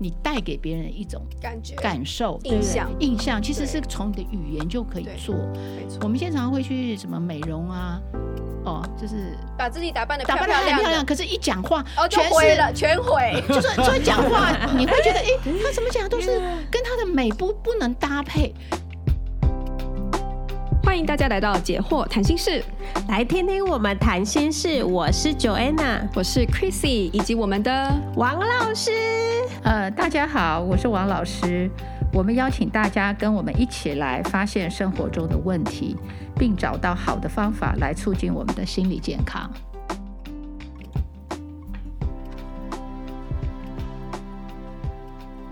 你带给别人一种感觉感受、印象对印象，其实是从你的语言就可以对做。没错我们现在常常会去什么美容啊，哦，就是把自己打扮的打漂扮得哎很漂亮漂亮，亮，可是一讲话哦，就全毁是了，全毁。就是 所以讲 话，你会觉得，哎、他怎么讲都是跟他的美不不能搭配。欢迎大家来到解惑谈心室，来听听我们谈心事，我是 Joanna 我是 Chrissy 以及我们的王老师。呃，大家好，我是王老师。我们邀请大家跟我们一起来发现生活中的问题，并找到好的方法来促进我们的心理健康。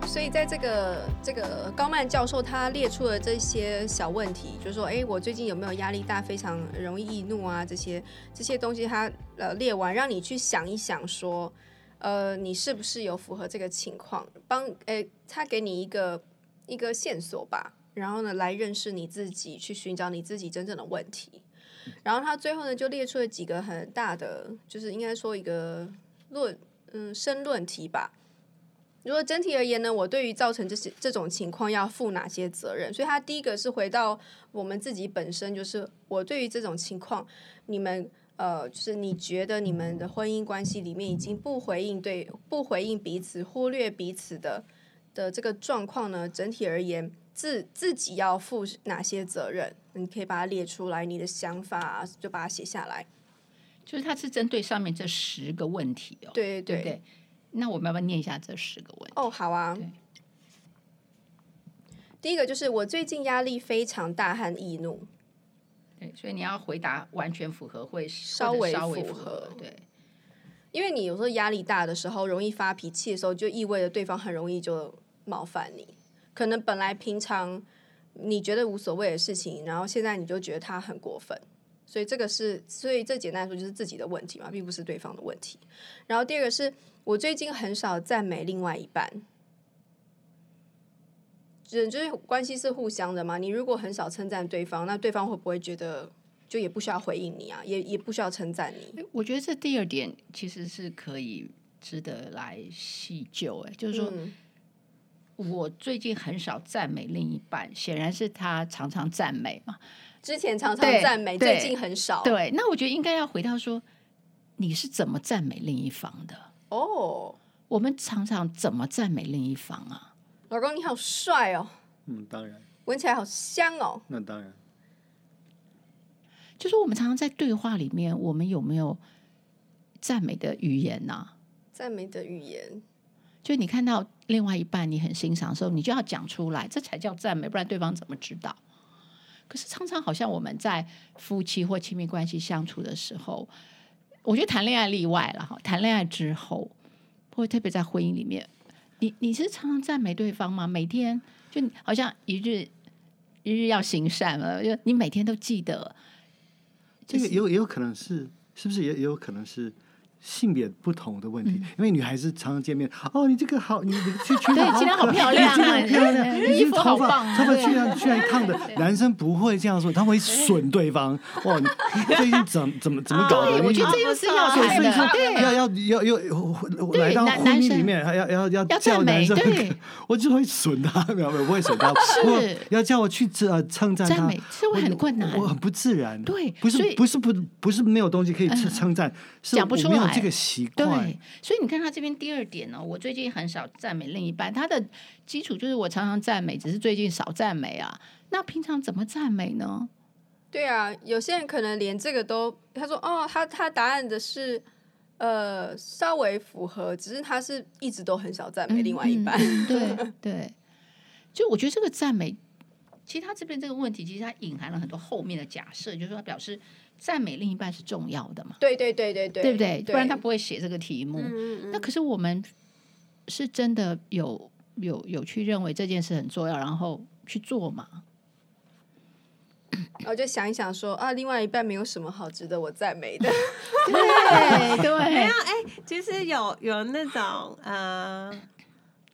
所以在这个这个高曼教授他列出了这些小问题，就是说，哎，我最近有没有压力大，非常容易易怒啊，这些这些东西他呃列完，让你去想一想说，呃，你是不是有符合这个情况？帮哎，他给你一个一个线索吧，然后呢，来认识你自己，去寻找你自己真正的问题。然后他最后呢，就列出了几个很大的，就是应该说一个论嗯申论题吧。如果整体而言呢，我对于造成这些这种情况要负哪些责任？所以，他第一个是回到我们自己本身，就是我对于这种情况，你们呃，就是你觉得你们的婚姻关系里面已经不回应对不回应彼此，忽略彼此的的这个状况呢，整体而言，自自己要负哪些责任？你可以把它列出来，你的想法啊、就把它写下来。就是它是针对上面这十个问题哦，对对不对？那我们要不要念一下这十个问题？哦，好啊对。第一个就是我最近压力非常大和易怒，对，所以你要回答完全符合会稍或者微稍微符符合对，因为你有时候压力大的时候，容易发脾气的时候，就意味着对方很容易就冒犯你。可能本来平常你觉得无所谓的事情，然后现在你就觉得他很过分，所以这个是，所以这简单来说就是自己的问题嘛，并不是对方的问题。然后第二个是我最近很少赞美另外一半，人就是关系是互相的嘛，你如果很少称赞对方，那对方会不会觉得就也不需要回应你啊，也也不需要称赞你？诶我觉得这第二点其实是可以值得来细究。哎，就是说、嗯我最近很少赞美另一半，显然是他常常赞美嘛。之前常常对赞美，对最近很少。对，那我觉得应该要回到说，你是怎么赞美另一方的？哦，我们常常怎么赞美另一方啊？老公你好帅哦，嗯，当然，闻起来好香哦。那当然，就是我们常常在对话里面，我们有没有赞美的语言呐、赞美的语言，就你看到另外一半你很欣赏的时候，你就要讲出来，这才叫赞美，不然对方怎么知道？可是常常好像我们在夫妻或亲密关系相处的时候，我觉得谈恋爱例外了哈，谈恋爱之后，或特别在婚姻里面，你你是常常赞美对方吗？每天就你好像一日一日要行善了，就你每天都记得，这个也有也有可能是，是不是也也有可能是性别不同的问嗯题？因为女孩子常常见面，哦，你这个好，你你 这裙子对好今天好可漂你亮今天啊好漂 亮，你你衣这服头好发棒啊头发对居然居然烫的，男生不会这样说，他会损对方。哇，你最近怎怎么怎么搞的？哦对，哎我你觉得这又是要所以谈所以的，说要对，要要要对来到男婚男姻生里面，还要要要要叫赞男美，生，对。我就会损他，没有没有不会损他，我要叫我去呃称赞赞他美，是会我很困难我很不自然。对不是所以不是不不是没有东西可以称称赞，是讲不我出没有来这个习惯对。，所以你看他这边第二点呢、我最近很少赞美另一半，他的基础就是我常常赞美，只是最近少赞美啊。那平常怎么赞美呢？对啊，有些人可能连这个都，他说哦，他他答案的是，呃，稍微符合，只是他是一直都很少赞美另外一半。嗯对对，就我觉得这个赞美，其实他这边这个问题，其实它隐含了很多后面的假设，就是说他表示赞美另一半是重要的嘛， 对对对对对，对不对？对，不然他不会写这个题目。嗯嗯那可是我们是真的有有有去认为这件事很重要，然后去做嘛？嗯，我就想一想说啊，另外一半没有什么好值得我赞 美的。对对没有哎、其实有有那种呃，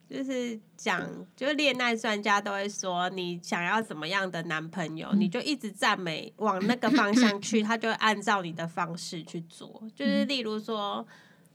就是讲，就是恋爱专家都会说，你想要怎么样的男朋友，你就一直赞美 嗯往那个方向去，他就会按照你的方式去做。就是例如说，哦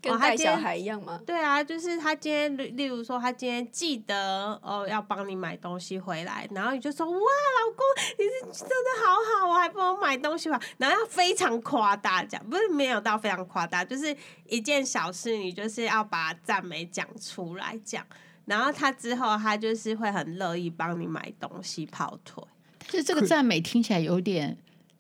跟哦他带今小天孩一样吗？对啊，就是他今天，例例如说，他今天记得哦要帮你买东西回来，然后你就说哇，老公，你是真的好好哦，还帮我买东西吧，然后要非常夸大讲，不是没有到非常夸大，就是一件小事，你就是要把赞美讲出来讲，然后他之后他就是会很乐意帮你买东西跑腿。但是这个赞美听起来有点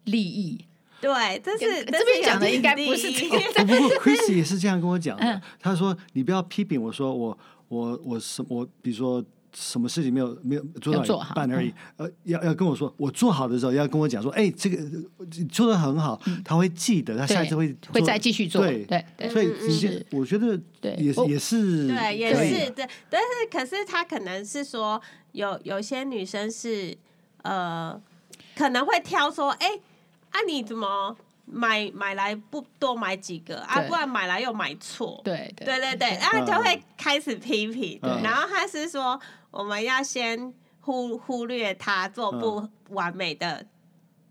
利益，对，这是这边讲的应该不是 这个个。哎不过 Chris 也是这样跟我讲嗯的，他说你不要批评我说我我我什我，比如说。什么事情没有没有做要做到好嗯一半而已，呃，要要跟我说，我做好的时候要跟我讲说，哎，这个呃做的很好，他会记得，他下一次会嗯会做再继续做，对对对所以你就是我觉得对也是我也是嗯对，也可以是的对，但是可是她可能是说有有些女生是呃，可能会挑说，哎、啊你怎么买买来不多买几个啊，对不然买来又买错，对对对对对，然后就会开始批评，嗯然后他是说我们要先忽忽略他做嗯不完美的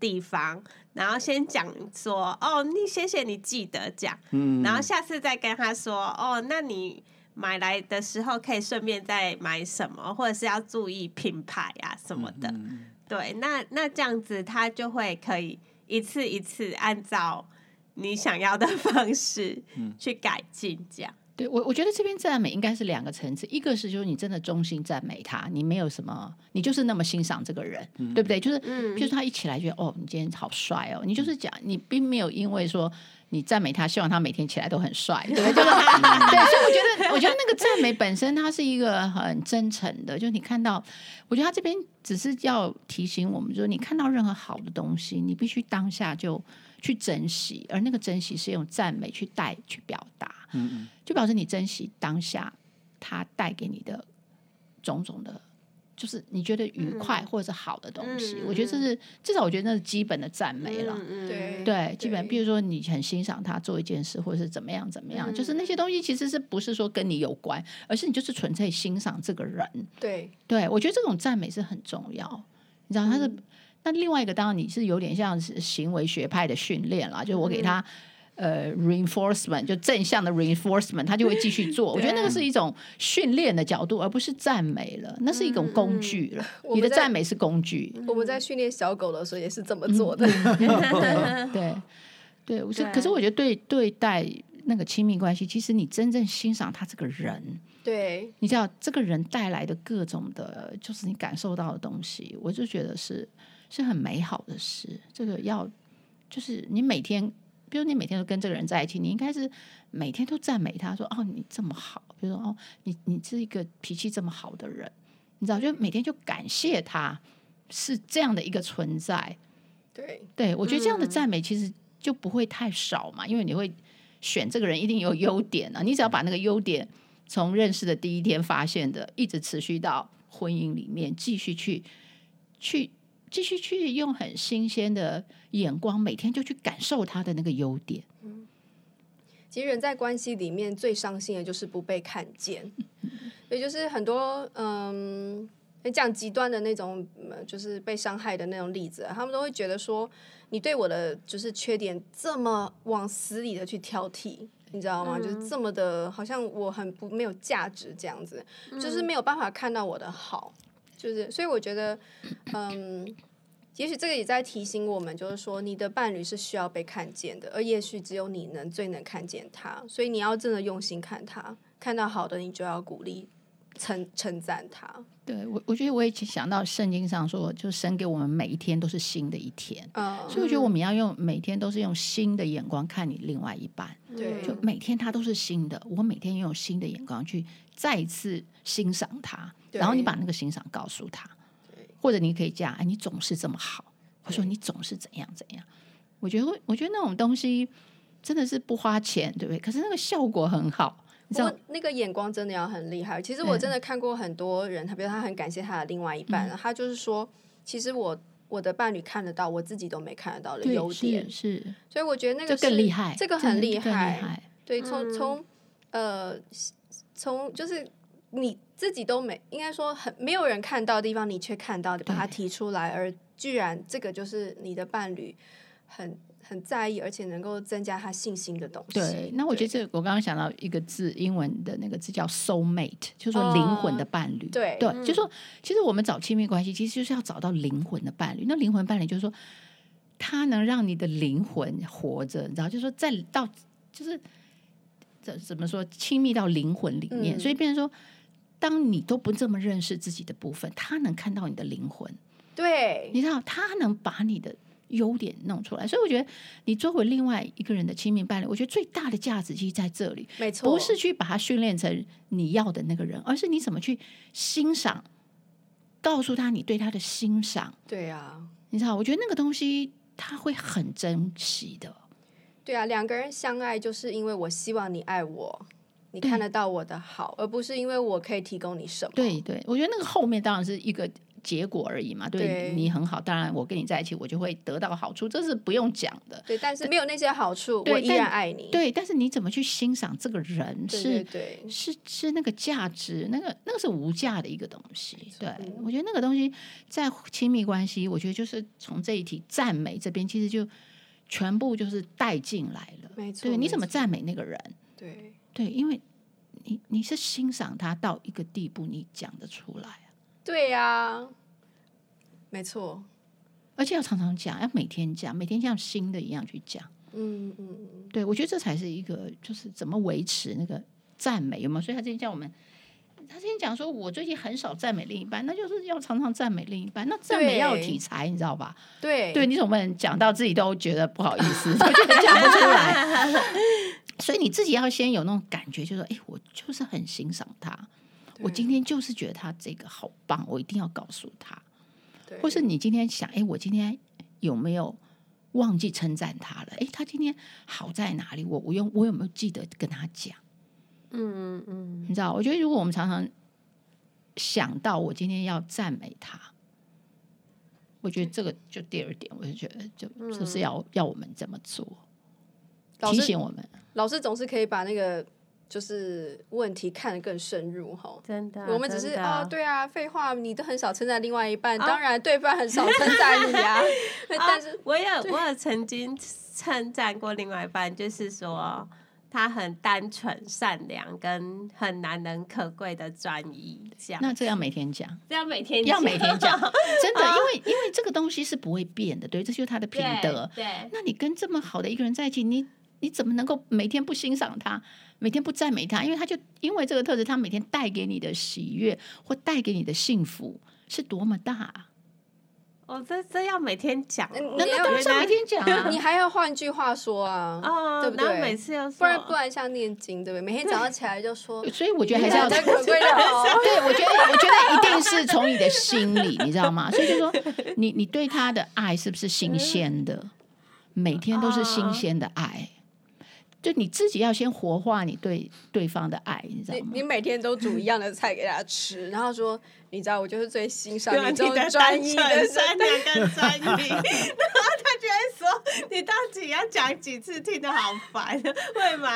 地方，然后先讲说哦，你谢谢你记得讲，嗯，然后下次再跟他说哦，那你买来的时候可以顺便再买什么，或者是要注意品牌啊什么的。嗯对，那那这样子他就会可以一次一次按照你想要的 方式嗯去改进，这样。对我，我觉得这边赞美应该是两个层次，一个是就是你真的衷心赞美他，你没有什么，你就是那么欣赏这个人，对不对？就是，嗯譬如说他一起来觉得哦，你今天好帅哦，你就是讲你并没有因为说你赞美他，希望他每天起来都很帅，对不对？就是对，所以我觉得，我觉得那个赞美本身它是一个很真诚的，就是你看到，我觉得他这边只是要提醒我们，就是你看到任何好的东西，你必须当下就去珍惜，而那个珍惜是用赞美去带去表达。嗯嗯就表示你珍惜当下它带给你的种种的，就是你觉得愉快或者是好的东西。嗯嗯我觉得这是至少我觉得那是基本的赞美了。嗯对对，基本对比如说你很欣赏他做一件事，或者是怎么样怎么样，就是那些嗯东西其实是不是说跟你有关，而是你就是纯粹欣赏这个人。对，对，我觉得这种赞美是很重要。你知道，他是、嗯那另外一个，当然你是有点像是行为学派的训练啦，就是我给嗯他、呃 reinforcement，就正向的 reinforcement，他就会继续 做。我觉得那个是一种训练的角度，而不是赞美了，那是一种工具了。嗯我你的们在赞美是工具，我们在训练小狗的时候也是这嗯么 做的。对对，我是对可是我觉得对对待那个亲密关系，其实你真正欣赏他这个人，对，你知道这个人带来的各种的，就是你感受到的东西，我就觉得是是很美好的事。这个要就是你每天，比如你每天都跟这个人在一起，你应该是每天都赞美他说：“哦，你这么好。”比如说：“哦，你你是一个脾气这么好的人。”你知道，就每天就感谢他是这样的一个存在。对，对我觉得这样的赞美其实就不会太少嘛，因为你会选这个人一定有优点啊，你只要把那个优点从认识的第一天发现的，一直持续到婚姻里面，继续去去继续去用很新鲜的眼光，每天就去感受他的那个优点。其实人在关系里面最伤心的就是不被看见，也就是很多嗯，你讲极端的那种，呃就是被伤害的那种例子啊、他们都会觉得说，你对我的就是缺点这么往死里的去挑剔。你知道吗？就是这么的，好像我很不没有价值这样子，就是没有办法看到我的好，就是所以我觉得，嗯，也许这个也在提醒我们，就是说你的伴侣是需要被看见的，而也许只有你能最能看见他，所以你要真的用心看他，看到好的你就要鼓励、称称赞他。对我，我觉得我也想到圣经上说，就神给我们每一天都是新的一天，嗯，所以我觉得我们要用每天都是用新的眼光看你另外一半。对就嗯每天它都是新的，我每天用新的眼光去再一次欣赏它，对然后你把那个欣赏告诉他，或者你可以这样，哎，你总是这么好，或者说你总是怎样怎样，我觉得会，我觉得那种东西真的是不花钱，对不对？可是那个效果很好，你知不道过，那个眼光真的要很厉害。其实我真的看过很多人，他比如他很感谢他的另外一嗯半，他就是说，其实我我的伴侣看得到，我自己都没看得到的对，优点是，是，所以我觉得那这个更是厉害，这个真的很厉更害，害对，嗯从从、呃，从就是你自己都没，应该说很没有人看到的地方，你却看到，你把它对提出来，而居然这个就是你的伴侣很很在意，而且能够增加他信心的东西。对，那我觉得这个我刚刚想到一个字，英文的那个字叫 soul mate，就是哦说灵魂的伴侣。对对，嗯就是说其实我们找亲密关系，其实就是要找到灵魂的伴侣。那灵魂伴侣就是说，他能让你的灵魂活着，你知道，就是说在到就是怎怎么说，亲密到灵魂里面，嗯所以变成说。当你都不这么认识自己的部分，他能看到你的灵魂，对你知道，他能把你的优点弄出来，所以我觉得你作为另外一个人的亲密伴侣，我觉得最大的价值就是在这里，没错，不是去把他训练成你要的那个人，而是你怎么去欣赏，告诉他你对他的欣赏，对啊，你知道，我觉得那个东西他会很珍惜的。对啊，两个人相爱就是因为我希望你爱我，你对看得到我的好，而不是因为我可以提供你什么。对对，我觉得那个后面当然是一个结果而已嘛，对对你很好，当然我跟你在一起，我就会得到好处，这是不用讲的。对，但是没有那些好处，对我依但然爱你。对，但是你怎么去欣赏这个人对是对对，是是那个价值，那个那个是无价的一个东西。对嗯我觉得那个东西在亲密关系，我觉得就是从这一题赞美这边，其实就全部就是带进来了。没错对，你没怎么错赞美那个人？对对，因为你你是欣赏他到一个地步，你讲得出来啊，对呀，没错。而且要常常讲，要每天讲，每天像新的一样去讲。嗯嗯嗯，对，我觉得这才是一个，就是怎么维持那个赞美有没有？所以他之前叫我们，他之前讲说，我最近很少赞美另一半，那就是要常常赞美另一半。那赞美要有题材，你知道吧？对对，你怎么讲到自己都觉得不好意思， 我觉得讲不出来。所以你自己要先有那种感觉，就是说，哎，我就是很欣赏他，我今天就是觉得他这个好棒，我一定要告诉他。对或是你今天想，哎，我今天有没有忘记称赞他了？哎，他今天好在哪里？我我有我有没有记得跟他讲？嗯嗯嗯，你知道，我觉得如果我们常常想到我今天要赞美他，我觉得这个就第二点，我就觉得就嗯就是要、要我们怎么做，老提师醒我们。老师总是可以把那个就是问题看得更深入哈。真的，我们只是啊真的哦，，对啊，废话，你都很少称赞另外一半，啊当然对方很少称赞你啊。但是哦我有我有曾经称赞过另外一半，就是说他很单纯、善良，跟很难能可贵的专一，这样那这样每天 讲，这样每天，要每天讲 真的，因为因为这个东西是不会变的，对，这就是他的品德。对对那你跟这么好的一个人在一起，你你怎么能够每天不欣赏他，每天不赞美他？因为他就因为这个特质，他每天带给你的喜悦或带给你的幸福是多么大、啊！哦，这这要每天讲哦，嗯那你那要当然是每天讲啊你。还要换句话说啊，哦，对不然后对每次又说，不然不然像念经对不对？每天早上起来就说，所以我 觉得还是 要。难能可贵的哦好对，我觉得，我觉得一定是从你的心里，你知道吗？所以就说，你你对他的爱是不是新鲜的？每天都是啊新鲜的爱，就你自己要先活化你对对方的爱，你知道你吗你？每天都煮一样的菜给他吃，然后说，你知道我就是最欣赏对啊你这种你的专 一单的纯善良跟专一，然后他就会说：“你到底要讲几次？听得好烦，会吗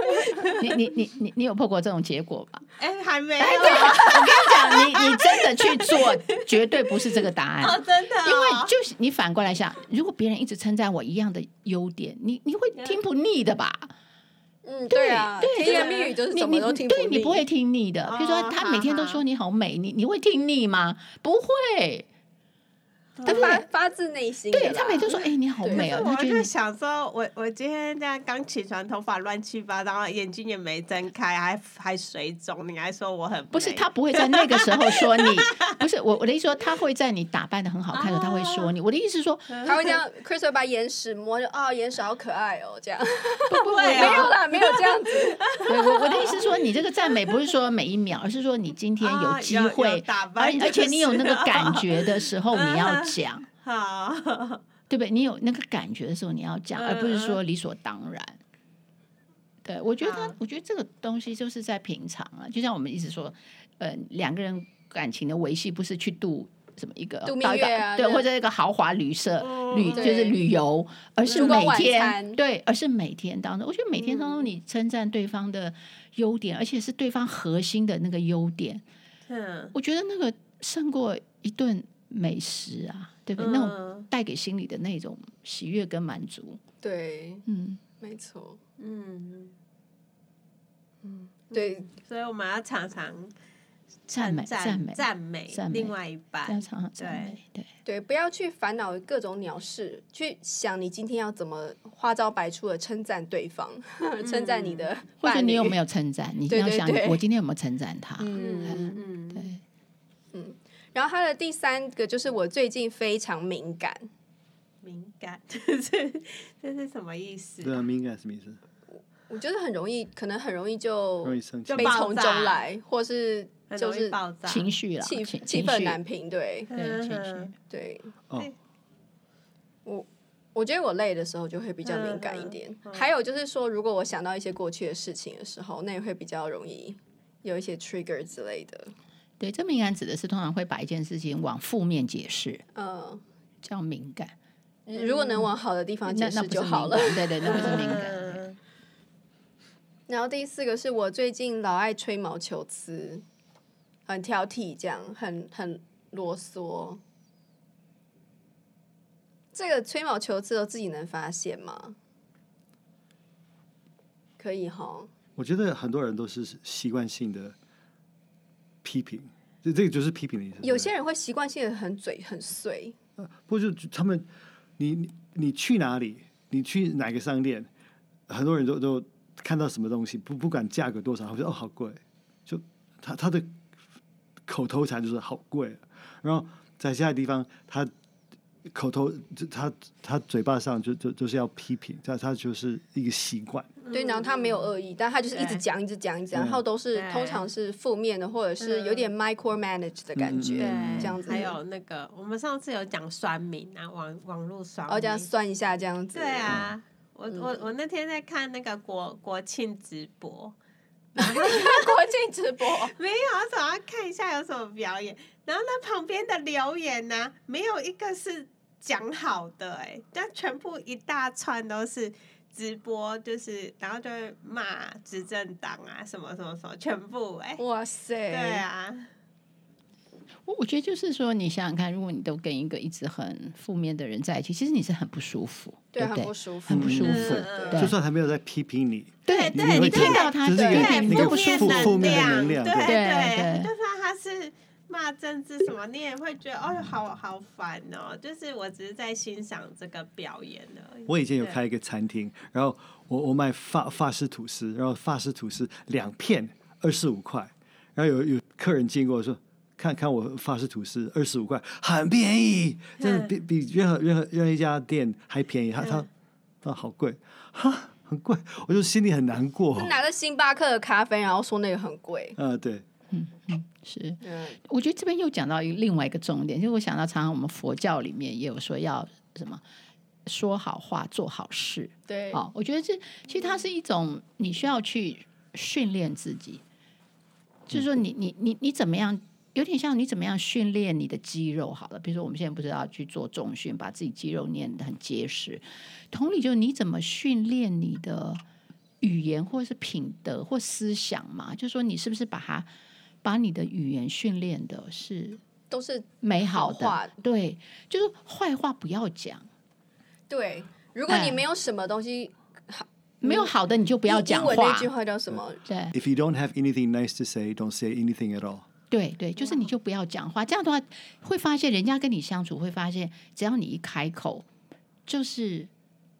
你你你你你有碰过这种结果吗？？”哎，还没有哎，对，我跟你讲，你你真的去做，绝对不是这个答案。哦，真的哦，因为就是你反过来想，如果别人一直称赞我一样的优点，你你会听不腻的吧？嗯，对啊，对甜言蜜语就是你怎么都你听对腻你不会听腻的。比如说哦他好每天都好说你好美，你你会听腻吗？不会。他发发自内心的啦。对他每天都说哎你好美可哦是，他我觉得就你想说，我我今天这样刚起床，头发乱七八糟，眼睛也没睁开，还还水肿，你还说我很不是美他不会在那个时候说你，不是我我的意思说他会在你打扮的很好看的时候他会说你。我的意思是说他会这样，Chris 会把眼屎摸着，哦，眼屎好可爱哦，这样。不会没有啊？啦，没有这样子。 对我我的意思是说，你这个赞美不是说每一秒，而是说你今天有啊机有会有打，扮而就是而且你有那个感觉的时候，啊你要讲，好， 对不对？你有那个感觉的时候，你要讲，嗯而不是说理所当然。对，我觉得好，我觉得这个东西就是在平常啊，就像我们一直说，呃，两个人感情的维系不是去度什么一个度蜜到一个月啊对，对或者一个豪烛华旅社嗯旅对就是旅游，而是烛光每晚天餐嗯对，而是每天当中，我觉得每天当中你称赞对方的优点，而且是对方核心的那个优点，嗯，我觉得那个胜过一顿美食啊，对不对？那种嗯带给心里的那种喜悦跟满足，对，嗯，没错，嗯，对，所以我们要常常赞美赞美赞美赞美另外一要半，常常赞美，对，对，不要去烦恼各种鸟事，去想你今天要怎么花招百出的称赞对方，称赞你的或者伴你有侣没有称赞？你一定对要对想对我今天有没有称赞他？嗯，嗯嗯，对，然后他的第三个就是我最近非常敏感，敏感， 这是这是什么意思？对啊，敏感什么意思？哦我觉得很容易，可能很容易就容易生气就悲。爆从中炸来，或是很就容易是爆炸，情绪啦，气情气情愤绪，难平。对对情绪嗯，对，哦，我觉得我累的时候就会比较敏感一嗯点。还有就是说，如果我想到一些过去的事情的时候，那也会比较容易有一些 trigger 之类的。对，这敏感指的是通常会把一件事情往负面解释，嗯，叫敏感，如果能往好的地方那啊解嗯那释不就是好敏了。感，对对，那不是敏感。嗯然后第四个是我最近老爱吹毛求疵，很挑剔，这样很很啰嗦。这个吹毛求疵都自己能发现吗？可以哈，我觉得很多人都是习惯性的批评，这这个就是批评的意思。有对些人会习惯性的很嘴很碎，不过就就他们，你你你去哪里，你去哪个商店，很多人都都看到什么东西，不不管价格多少，他说哦好贵，就他他的口头禅就是好贵，然后在其他地方他口头就他他嘴巴上就就就是要批评，他他就是一个习惯，对，然后他没有恶意，但他就是一直嗯对讲一直讲一直讲，对然后都是对嗯通常是负面的，或者是有点 micromanage 的感觉对，嗯这样子，还有那个，我们上次有讲酸民啊，网网络酸然哦后这样民，算一下这样子，嗯嗯对啊，我我我那天在看那个国国庆直播， 国庆直播，没有，我总要看一下有什么表演。然后那旁边的留言呢、没有一个是讲好的、欸，哎，但全部一大串都是直播，就是然后就会骂执政党啊，什么什么什么，全部哎、欸哇塞，对啊，我我觉得就是说，你想想看，如果你都跟一个一直很负面的人在一起，其实你是很不舒服，对，不很对不？舒服，很不舒服嗯对就算他没有在批评你，对对你你对会觉听得到他只是批一个评你那都个不舒负服，负面的能量对对对对就算他是骂政治什么，你也会觉得哦，好好烦哦。就是我只是在欣赏这个表演而已。我以前有开一个餐厅，然后我我卖法法式吐司，然后法式吐司两片二十五块，然后有有客人经过说。看看我法式吐司二十五块，很便宜，真的比比任何任何任何一家店还便宜。他他他好贵，哈，很贵，我就心里很难哦过就。拿着星巴克的咖啡，然后说那个很贵。呃，对，是。嗯，我觉得这边又讲到一个另外一个重点，就是我想到常常我们佛教里面也有说要什么说好话、做好事。对，哦，我觉得这其实它是一种你需要去训练自己，就是说嗯你你你你怎么样，有点像你怎么样训练你的肌肉好了。比如说我们现在不是要去做重训，把自己肌肉练得很结实，同理就是你怎么训练你的语言或者是品德或思想嘛，就是说你是不是把它把你的语言训练的是都是美好好话的，对，就是坏话不要讲。对。如果你哎没有什么东西，没有好的，你就哎不不要讲嗯英文话嗯那句。话叫什么？对， If you don't have anything nice to say, don't say anything at all。对对，就是你就不要讲话，这样的话会发现人家跟你相处会发现，只要你一开口就是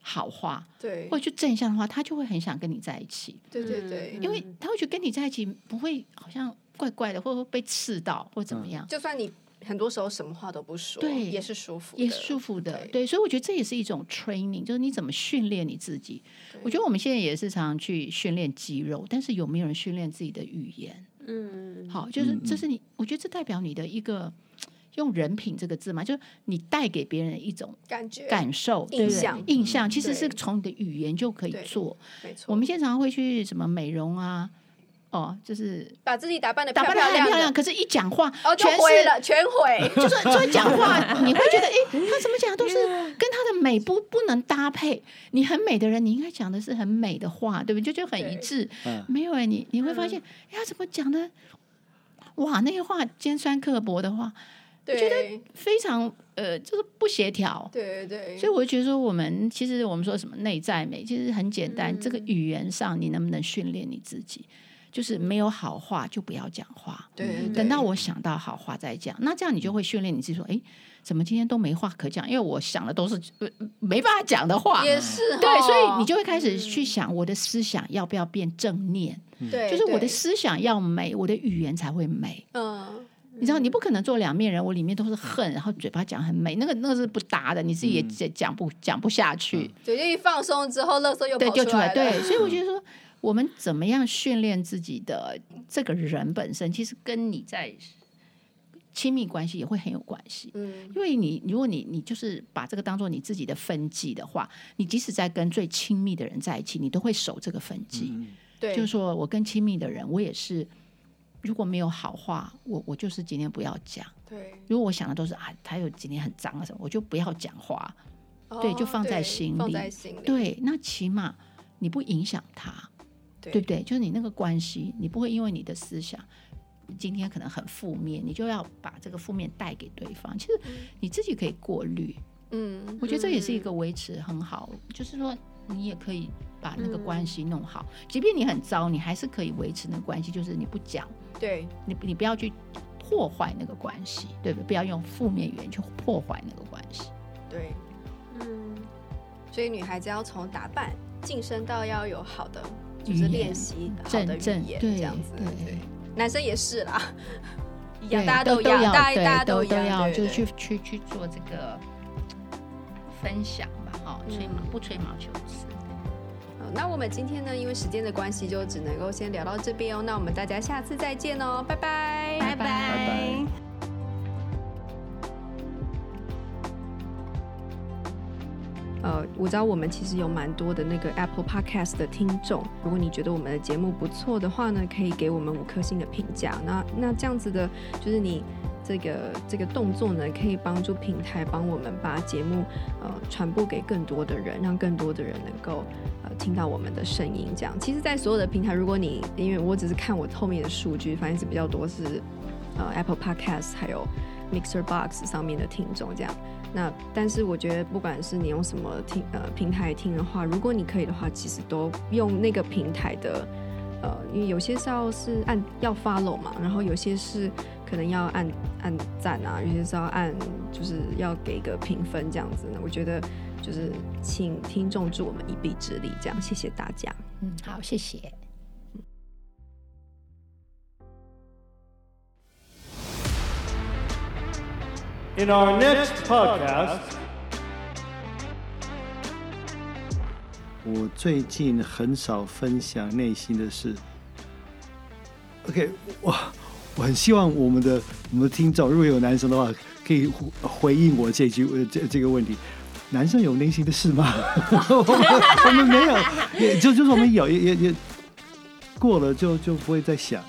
好话对或，者就正向的话，他就会很想跟你在一起，对对对。因为他会觉得跟你在一起不会好像怪怪的，或者会被刺到或怎么样，就算你很多时候什么话都不说，对也是舒服的，也是舒服的。对对，所以我觉得这也是一种 training，就是你怎么训练你自己。我觉得我们现在也是常常去训练肌肉，但是有没有人训练自己的语言？嗯，好，就是嗯这是你，我觉得这代表你的一个用“人品”这个字嘛，就是你带给别人一种感觉感受、对印不对象印嗯象其实是对从你的语言就可以对做。没错。我们现在常常会去什么美容啊，哦，就是把自己打扮的打扮的漂很漂亮，亮的，可是一讲话，哦，就全毁是了，全 毁。就是就是讲话，你会觉得，哎，他怎么讲 都是跟他的美不不能搭配。你很美的人，你应该讲的是很美的话，对不对？就就很一对致。嗯，没有哎、你你会发现，哎、他怎么讲的？哇，那些话尖酸刻薄的话，对对非常呃，就是不协调。对对，所以我就觉得说，我们其实我们说什么内在美，其实很简嗯单，这个语言上你能不能训练你自己？就是没有好话就不要讲话，对嗯等到对我想到好话再讲。那这样你就会训练你自己说，哎，怎么今天都没话可讲？因为我想的都是呃没办法讲的话。也是哦嗯对，所以你就就会开始去想我的思想要不要变正念，对，就是我的对思想要美，我的语言才会美。嗯，你知道，你不可能做两面人，我里面都是恨，然后嘴巴讲很美，那个那个是不搭的，你自己也嗯讲讲不讲不下去，对，就一放松之后，乐色又对，跑就出来。嗯来了对，所以我觉得说，我们怎么样训练自己的这个人本身，其实跟你在亲密关系也会很有关系。嗯，因为你，如果你你就是把这个当做你自己的分际的话，你即使在跟最亲密的人在一起，你都会守这个分际。嗯对，就是说我跟亲密的人，我也是，如果没有好话，我我就是今天不要讲。对，如果我想的都是啊，他有今天很脏啊什么，我就不要讲话。对就哦放在对心放里在心里，对，那起码你不影响他，对对不对？就是你那个关系，你不会因为你的思想今天可能很负面，你就要把这个负面带给对方。其实你自己可以过滤，嗯，我觉得这也是一嗯个维持很好，就是说你也可以把那个嗯关系弄好，即便你很糟，你还是可以维持那个关系，就是你不讲，嗯对你你不要去破坏那个关系，对不对？不要用负面语言去破坏那个关系。对，嗯，所以女孩子要从打扮晋升到要有好的，就是语言练习好的正正语言对这样子。对对，男生也 是啦，一样，对，大家都一样，要大家对大家都一样，要对就对去去去做这个分享吧，哈、吹毛嗯不吹毛求疵。好那我们今天呢，因为时间的关系，就只能够先聊到这边哦。那我们大家下次再见哦，拜拜，拜拜拜。呃，我知道我们其实有蛮多的那个 Apple Podcast 的听众，如果你觉得我们的节目不错的话呢，可以给我们五颗星的评价。那那这样子的，就是你这个这个动作呢，可以帮助平台帮我们把节目呃传播给更多的人，让更多的人能够呃听到我们的声音。这样，其实，在所有的平台，如果你因为我只是看我后面的数据，发现是比较多是呃 Apple Podcast 还有 Mixer Box 上面的听众这样。那但是我觉得，不管是你用什么听呃平台听的话，如果你可以的话，其实都用那个平台的，呃，因为有些是要是按要 follow 嘛，然后有些是可能要按按赞啊，有些是要按就是要给个评分这样子呢。我觉得就是请听众助我们一臂之力，这样谢谢大家。嗯，好，谢谢。 In our next podcast, 我最近很少分享内心的事。OK，我我很希望我们的我们的听众，如果有男生的话，可以回回应我这句呃这这个问题。男生有内心的事吗？ 我们我们没有，也就就是我们有也也也过了就就不会再想。